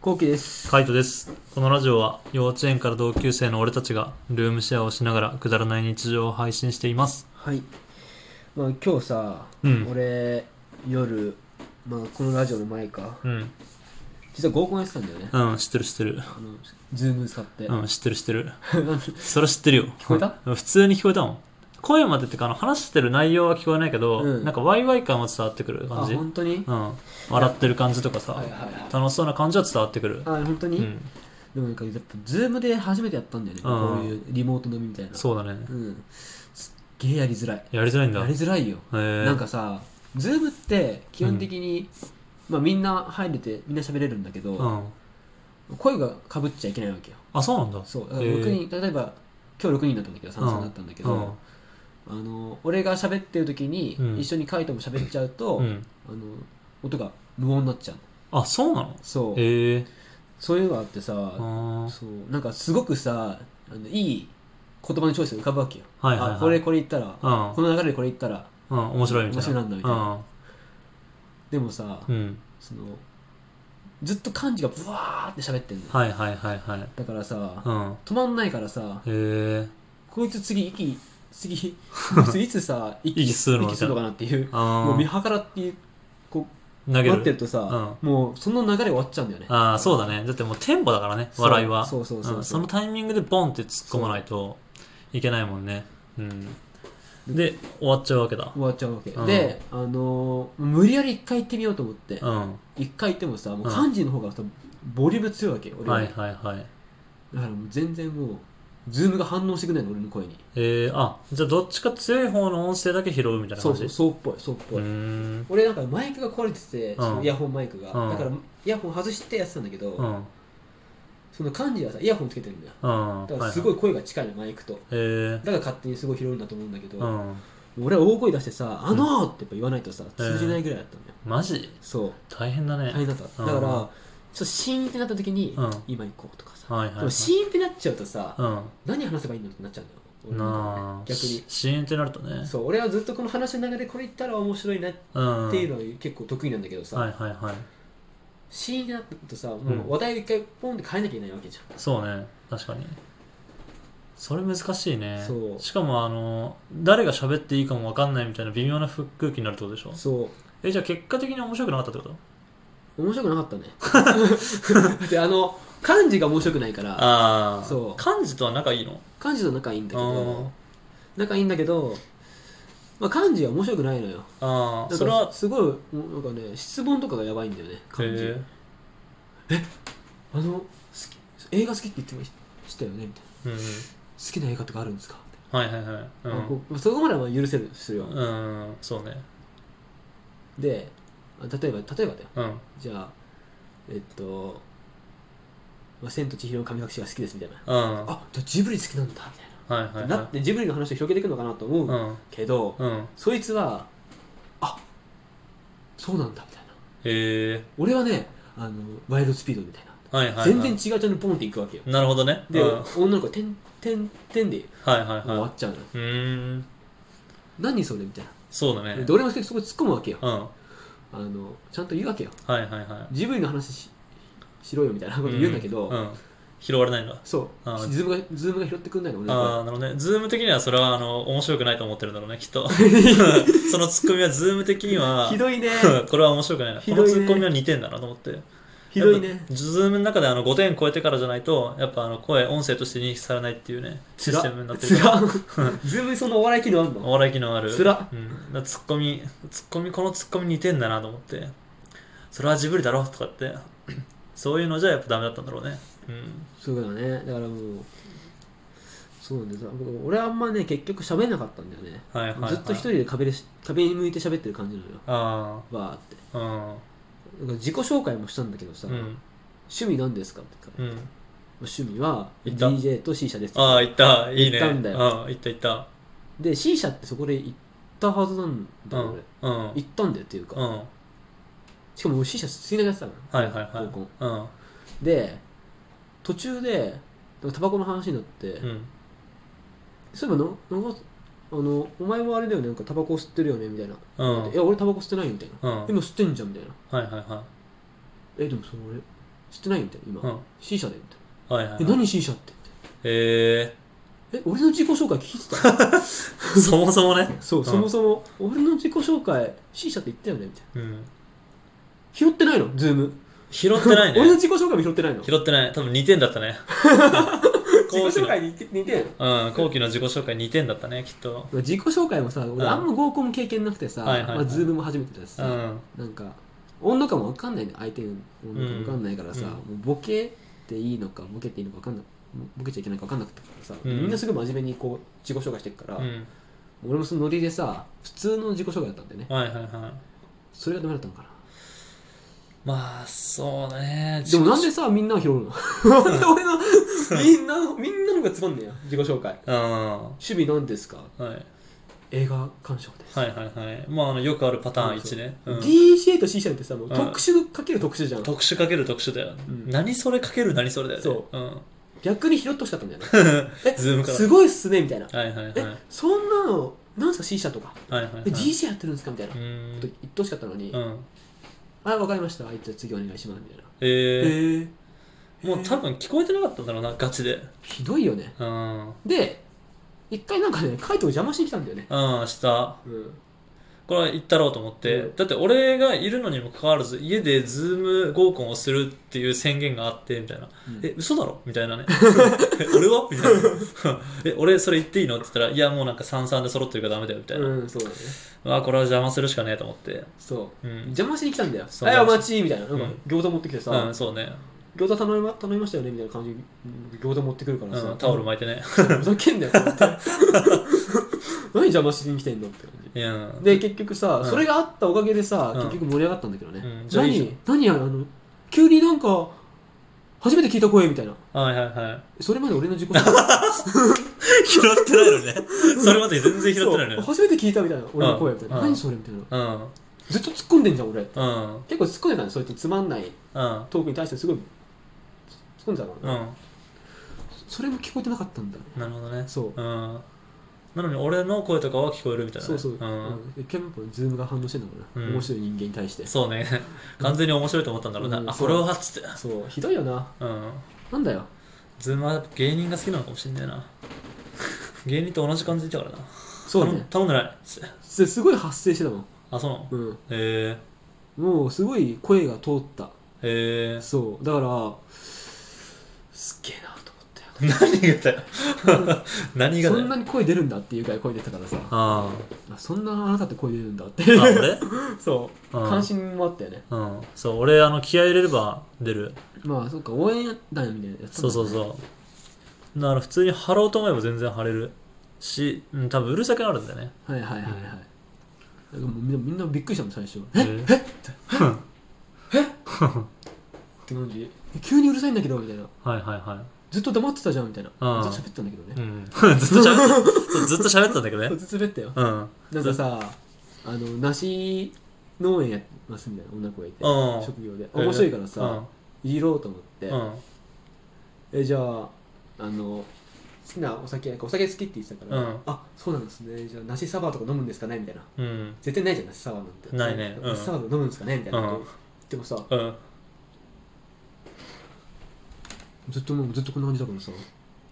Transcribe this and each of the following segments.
こうきです。カイトですこのラジオは幼稚園から同級生の俺たちがルームシェアをしながらくだらない日常を配信していますはい。まあ今日さ、うん俺夜まあこのラジオの前か、うん実は合コンやってたんだよね。うん知ってる知ってるあのズーム使って。うん知ってる知ってるそれは知ってるよ聞こえた普通に聞こえたもん声までってかあの話してる内容は聞こえないけど、うんなんかワイワイ感は伝わってくるあ感じうん本当に？笑ってる感じとかさ、はいはいはい。楽しそうな感じは伝わってくるあ本当うに？んでもなんかやっぱズームで初めてやったんだよね。うんこういうリモート飲みみたいな。そうだねうん。すっげえやりづらい。やりづらいんだやりづらいよ。えー、なんかさ、ズームって基本的に、まあみんな入れてみんな喋れるんだけど、うん声がかぶっちゃいけないわけよ。あそうなんだそうだからえー六人、例えば今日6人だったんだけど3人だったんだけど、あの俺が喋ってる時に、うん一緒にカイトも喋っちゃうと、うん、うん、あの音が無音になっちゃうのあそうなのそう、ええー、そういうのがあってさ、あーそうなんかすごくさあのいい言葉のチョイスが浮かぶわけよ、はいはいはいあこれこれ言ったら、うんこの流れでこれ言ったらうん、面白いみた面白いな。いなんだみたいなでもさ、うん。うん。そのずっと漢字がブワーって喋ってんの、はいはいはいはい。だからさ、うん。止まんないからさへえ。こいつ次息次 こいついつさ息息吸うの息吸うのかなっていうもあう見ー計らってこ投うげ待ってる。るとさ、もうその流れ終わっちゃうんだよねああ、そうだね。だってもうテンポだからね、そう笑いは。そうそうそうそうんそのタイミングでボンって突っ込まないといけないもんね。うん。で、終わっちゃうわけだ。終わっちゃうわけ、うんであのー無理やり一回行ってみようと思ってうん。一、回行ってもさもう漢字の方がさボリューム強いわけよ俺は、はいはいはい。だからもう全然もうズームが反応してくれないの俺の声にえー、あ、じゃあどっちか強い方の音声だけ拾うみたいなそ感うじそうそうっぽいそうっぽい、うーん。俺なんかマイクが壊れてて、うんそのイヤホンマイクが、うんだからイヤホン外してやってたんだけど、うん。その漢字はさイヤホンつけてるんだようん。だからすごい。い声が近いのマイクとえだ、ーから勝手にすごい拾うんだと思うんだけど、うん。俺は大声出してさ「あのー!」ってやっぱ言わないとさ通じないぐらいだったんだよ、マジそう大変だね。大変だっただからちうんょっとシーンってなった時にうん。今行こうとかさはいはい、ではもい。シーンってなっちゃうとさうん。何話せばいいのってなっちゃうんだよ俺の中なあで逆にし支援ってなるとねそう俺はずっとこの話の流れこれ言ったら面白いなっうんていうのは結構得意なんだけどはいさはいはいシーンってなったとさうもんう話題を一回ポンって変えなきゃいけないわけじゃんそうね確かにそれ難しいねそうしかもあの誰が喋っていいかも分かんないみたいな微妙なふ空気になるってことでしょそうえじゃあ結果的に面白くなかったってこと面白くなかったね であの漢字が面白くないからあーそう漢字とは仲いいの漢字と仲いいんだけあど仲いいんだけど、まあ、漢字は面白くないのよあーだそかれらはすごいなんかね質問とかがやばいんだよね漢字、へあの好き映画好きって言ってましたよねみたいなえうんうん好きな映画とかあるんですかみたはいはいはいいなまあそこまでは許せるするよ、うん、うん、そうねであ例えば例えばだようんじゃあえっと「まあ、千と千尋の神隠し」が好きですみたいなうんはいあじゃあジブリ好きなんだみたいなはいはいなってジブリの話を広げていくのかなと思ううんけど、うんそいつはあそうなんだみたいなへえ俺はねあのワイルドスピードみたいな、はいはいはい全然違うチャンネルポンっていくわけよなるほどねで、うんはい女の子が「てんてんてん」ではいはい終わっちゃうの、うーん何それみたいな、そうだねで俺もそこ突っ込むわけようんはいあのちゃんと言うわけよはいはいジブリの話ししろよみたいなこと言うんだけど、ううん拾われないんだそうあーズームがズームが拾ってくんないの俺のああなるほどねズーム的にはそれはあの面白くないと思ってるんだろうねきっ と そのツッコミはズーム的には声ひどいね これは面白くないなひこどいのねツッコミは2点だなと思ってひどいねやっぱズームの中であの5点超えてからじゃないとやっぱあの声音声として認識されないっていうねシステムになってるつかららズームにそんなお笑い機能あんのお笑い機能あるつらうん、だからツッコミツッコミこのツッコミ似てんだなと思ってそれはジブリだろとかって そういうのじゃやっぱダメだったんだろうねうんそういうことだねだからもうそうなんです僕俺はあんまね結局喋んなかったんだよね、はいはい、はい、ずっと一人で壁でし壁に向いて喋ってる感じなのよあバーってあうだんから自己紹介もしたんだけどさ、うん趣味なんですかって言ったらうん趣味は言った DJ と C 社ですああ行ったいいね行ったんだよああ行った行ったで C 社ってそこで行ったはずなんだうよ、ん俺うん行ったんだよっていううか、んはしかも俺 C 社吸いながらやってたのいはいはい合コンうんで途中でなんかタバコの話になって、うんそういえばななんかあのお前はあれだよねなんかタバコ吸ってるよねみたいなうんいや俺タバコ吸ってないよみたいなうんはい今吸ってんじゃんみたいなはいはえでもそれ俺知ってないみたいな、う今。ん C 社で、みたいはいはい、はい、な。え、何 C 社って。ええ、俺の自己紹介聞いてたー、そも そもねそう、そもそも、俺の自己紹介、C 社って言ったよねみたいな。うん拾ってないのズーム。拾ってな い俺のね自己紹介も拾ってないの。拾ってない多分2点だったね後自己紹期の介に似てんのうん後期の自己紹介2点だったねきっと自己紹介もさ、ん俺あんま合コンも経験なくてさ、はいはいはいまあ、ズームも初めてだしうさ、んなんか、女かもわかんないね、相手の女かわかんないからさ、うんもうボケていいのか、ボケていいのかわかんない。ボケちゃいけないかわかんなかったからさ、うんみんなすごい真面目にこう自己紹介してるから、うん俺もそのノリでさ普通の自己紹介だったんだよねはいはいはいそれがダメだったのかなまあそうだねでもなんでさみんなを拾うの なんで俺のみんなのみんなのがつまんねえよ自己紹介うんは趣味なんですかい、はい映画鑑賞です、はいはいまああのよくあるパターン1ね、うん DJ と C 社ってさもううん特殊かける特殊じゃん、特殊かける特殊だよ、うん何それかける何それだよね、そうん、逆に拾ってほしかったんだよね えズームからすごいっすねみたいな、はいはいはいえそんなのなんすか C 社とか、はいはいはいえ G 社やってるんですかみたいなうことん言ってほしかったのに、うんあわかりましたあいつ次お願いしますみたいなええーー、もう多分聞こえてなかったんだろうなガチでひどいよねうんで一回なんかね海斗を邪魔しに来たんだよねうんしたうんこれは行ったろうと思って、うんだって俺がいるのにもかかわらず家でズーム合コンをするっていう宣言があってみたいな「え嘘だろ?」みたいなね 「え俺は?」みたいな 「え俺それ言っていいの?」って言ったら「いやもうなんか三々で揃ってるからダメだよ」みたいな、ううん、そうだね。わこれは邪魔するしかねえと思ってそう。うん、邪魔しに来たんだよ。そうはい、お待ちみたいな。なうんんか餃子持ってきてさ、うん、そうね、餃子頼みま頼みましたよねみたいな感じで餃子持ってくるからさ、うん、タオル巻いてね、ふざけんなよ、と思って何 邪魔しに来てんのって感じ。うん、で、結局さ、うんそれがあったおかげでさ、うん結局盛り上がったんだけどね。うんじゃあいいじゃ何、何あの、急になんか、初めて聞いた声みたいな。はいはいはいそれまで俺の自己紹介拾ってないのね それまで全然拾ってないのそうよ、初めて聞いたみたいな、俺の声みたいな。うん何それみたいな。うんずっと突っ込んでんじゃん、俺。うん結構突っ込んでたね、そうやってつまんないうんトークに対してすごい突っ込んでたからうね、んそれも聞こえてなかったんだねなるほどねそううん、なのに俺の声とかは聞こえるみたいなね、そうそう、んうん、キャンプのズームが反応してんだから、うん面白い人間に対してそうね 完全に面白いと思ったんだろうな、うんあそこうれはっつってそうひどいよなうんなんだよズームは芸人が好きなのかもしんない な芸人と同じ感じでいたからなそうね頼ん頼んでないっつってすすごい発生してたもん、あそうなのうん、へもうすごい声が通ったえへ えそうだからすっげえなと思ったよ何がだよ 何がそだんよなに声出るんだっていうぐらい声出てたからさああそんなあなたって声出るんだってーあ 俺そううん関心もあったよねうんそう俺あの気合い入れれば出るまあそっか応援団みたいなやつそうそうそうだから普通に貼ろうと思えば全然貼れるし、うん、多分うるさくなるんだよね はいはいはいはい、なんかもうみんなみんなびっくりしたもん最初ええっえ て感じ急にうるさいんだけどみたいなはいはいはずっと黙ってたじゃんみたいなうんずっと喋ってたんだけどねい、う、ん、 ずっと喋ってそうずっと喋ってたんだけど ねそうずっと喋ったようんなんかさあの梨農園やってますみたいな女の子がいてうん職業で面白いからさいじろうと思ってうんうんえじゃああの好きなお酒お酒好きって言ってたから、うんあそうなんですねじゃあ梨サワーとか飲むんですかねみたいなうん絶対ないじゃん梨サワーなんてないねうん梨サワーとか飲むんですかねみたいなこと言ってもさ、うんずっともうずっとこんな感じだからさ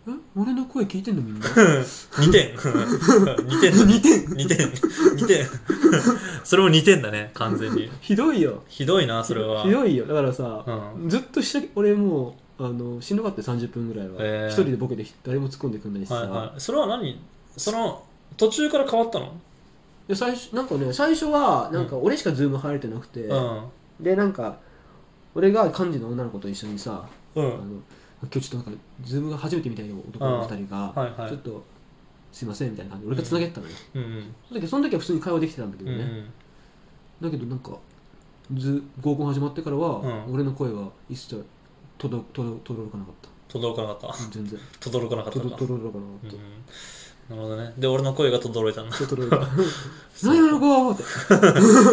え俺の声聞いてんのみんな2点 2 2点点2点2点 それも2点だね完全にひどいよ ひどいなそれはひどいよだからさ、うずっとし俺もうあのしんどかったよ30分ぐらいは、へー一人でボケて誰も突っ込んでくんないしさ、はいはいそれは何その途中から変わったので最初なんかね最初はなんか俺しかズーム入れてなくて、うでなんか俺が幹事の女の子と一緒にさ、んうあんの今日ちょっとなんかズームが初めてみたいな男の二人が、はいはいちょっとすいませんみたいな感じで俺がつなげてたのよ、うんその時その時は普通に会話できてたんだけうんうどね、んだけどなんかず合コン始まってからは、うん俺の声は一切届届届かなかっ届かなかった全然た届かなかった届んかだなかったうんなるほどねで俺の声が届いたんだちょっとなんか 何やろこうって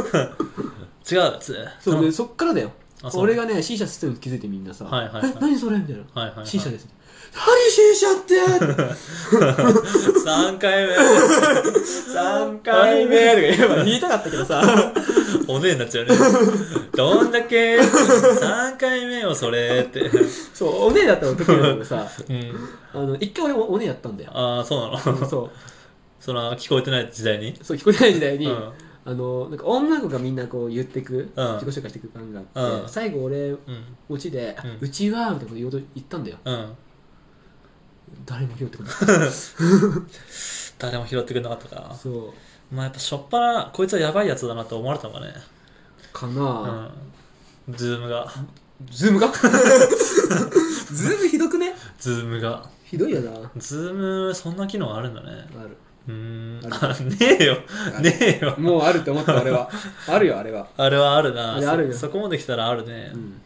違うっつってそうでそっからだよあそう俺がね C 社吸ってるの気づいてみんなさはいはいはいえ何それ?」みたいなはいはい「はい C 社です」何 C 社 って3回目3回目とか言えば言いたかったけどさおねえになっちゃうねどんだけ ?3 回目よ、それって。 そう、おねえだったの、時にもさ、うん。あの、一回俺もおねえやったんだよ。ああ、 そうなのそその、聞こえてない時代に。う、そう、聞こえない時代うに、ん。あの、なんか女の子がみんなこう言ってく、うん自己紹介してく感があって、うん最後俺、うん。オチで、うんうちは、みたいなこと言おうと言ったんだよ。 うん。誰も拾ってこなかっ誰も拾ってくれなかったかた。 ら。そう。まあやっぱしょっぱな、こいつはやばいやつだなと思われたのかね。かうな、ん。ズームが。 ズームがズームひどくねズームが。ひどいよな。ズーム、そんな機能あるんだね。ある。うーん。ああ、ねえよ。ねえよ。もうあるって思った、あれは。あるよ、あれは。あれはあるな。あれあるよそそこまで来たらあるね。うん。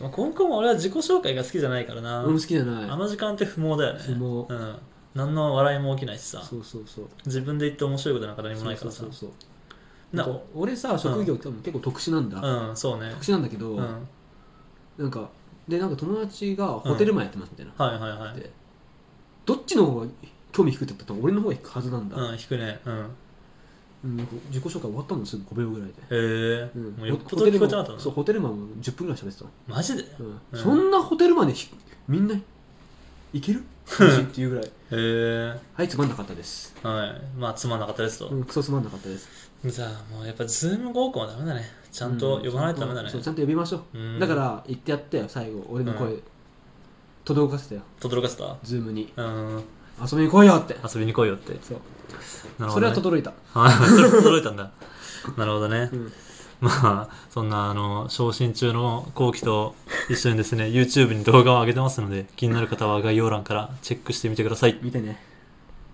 まあ、今後も俺は自己紹介が好きじゃないからな。俺も好きじゃあない。の時間って不毛だよね。不毛うん。何の笑いも起きないしさ。そうそうそう。自分で言って面白いことなんか何もないかそうらさそう。そう。ななんか俺さ、職業多分結構特殊なんだ。うん、そうね。特殊なんだけど、うん。はいなんか、で、なんか友達がホテルマンやってますみたいな。はいはい。でどっちの方が興味低くって言ったら俺の方が引くはずなんだ、うん、引くね。うん。うんなんか自己紹介終わったのすぐ5秒ぐらいで、へえ。うんもうよっぽホどテ聞ルこマえてなかンったそうのホテルマンも10分ぐらい喋ってたの、マジでへうんうんそんなホテルマンでひみんな行ける私っていうぐらいえ。 はいつまんなかったです、はい。まあ、つまんなかったですとう。ん、クソつまんなかったですじゃあ、もうやっぱ、ズーム合コンはダメだね。ちゃんと呼ばないとダメだうねんちゃんとそう。ちゃんと呼びましょうう、んだか、ら言ってやってよ最後俺の声、う届かせてよ轟かせたズームにうん。遊びに来いよって遊びに来いよって。そうなるそほれどはね。届いた、はい、 それ届いたんだ。なるほどねう。ん、まあ、そんな、あの、昇進中の後期と一緒にですね、YouTube に動画を上げてますので、気になる方は概要欄からチェックしてみてください。見てね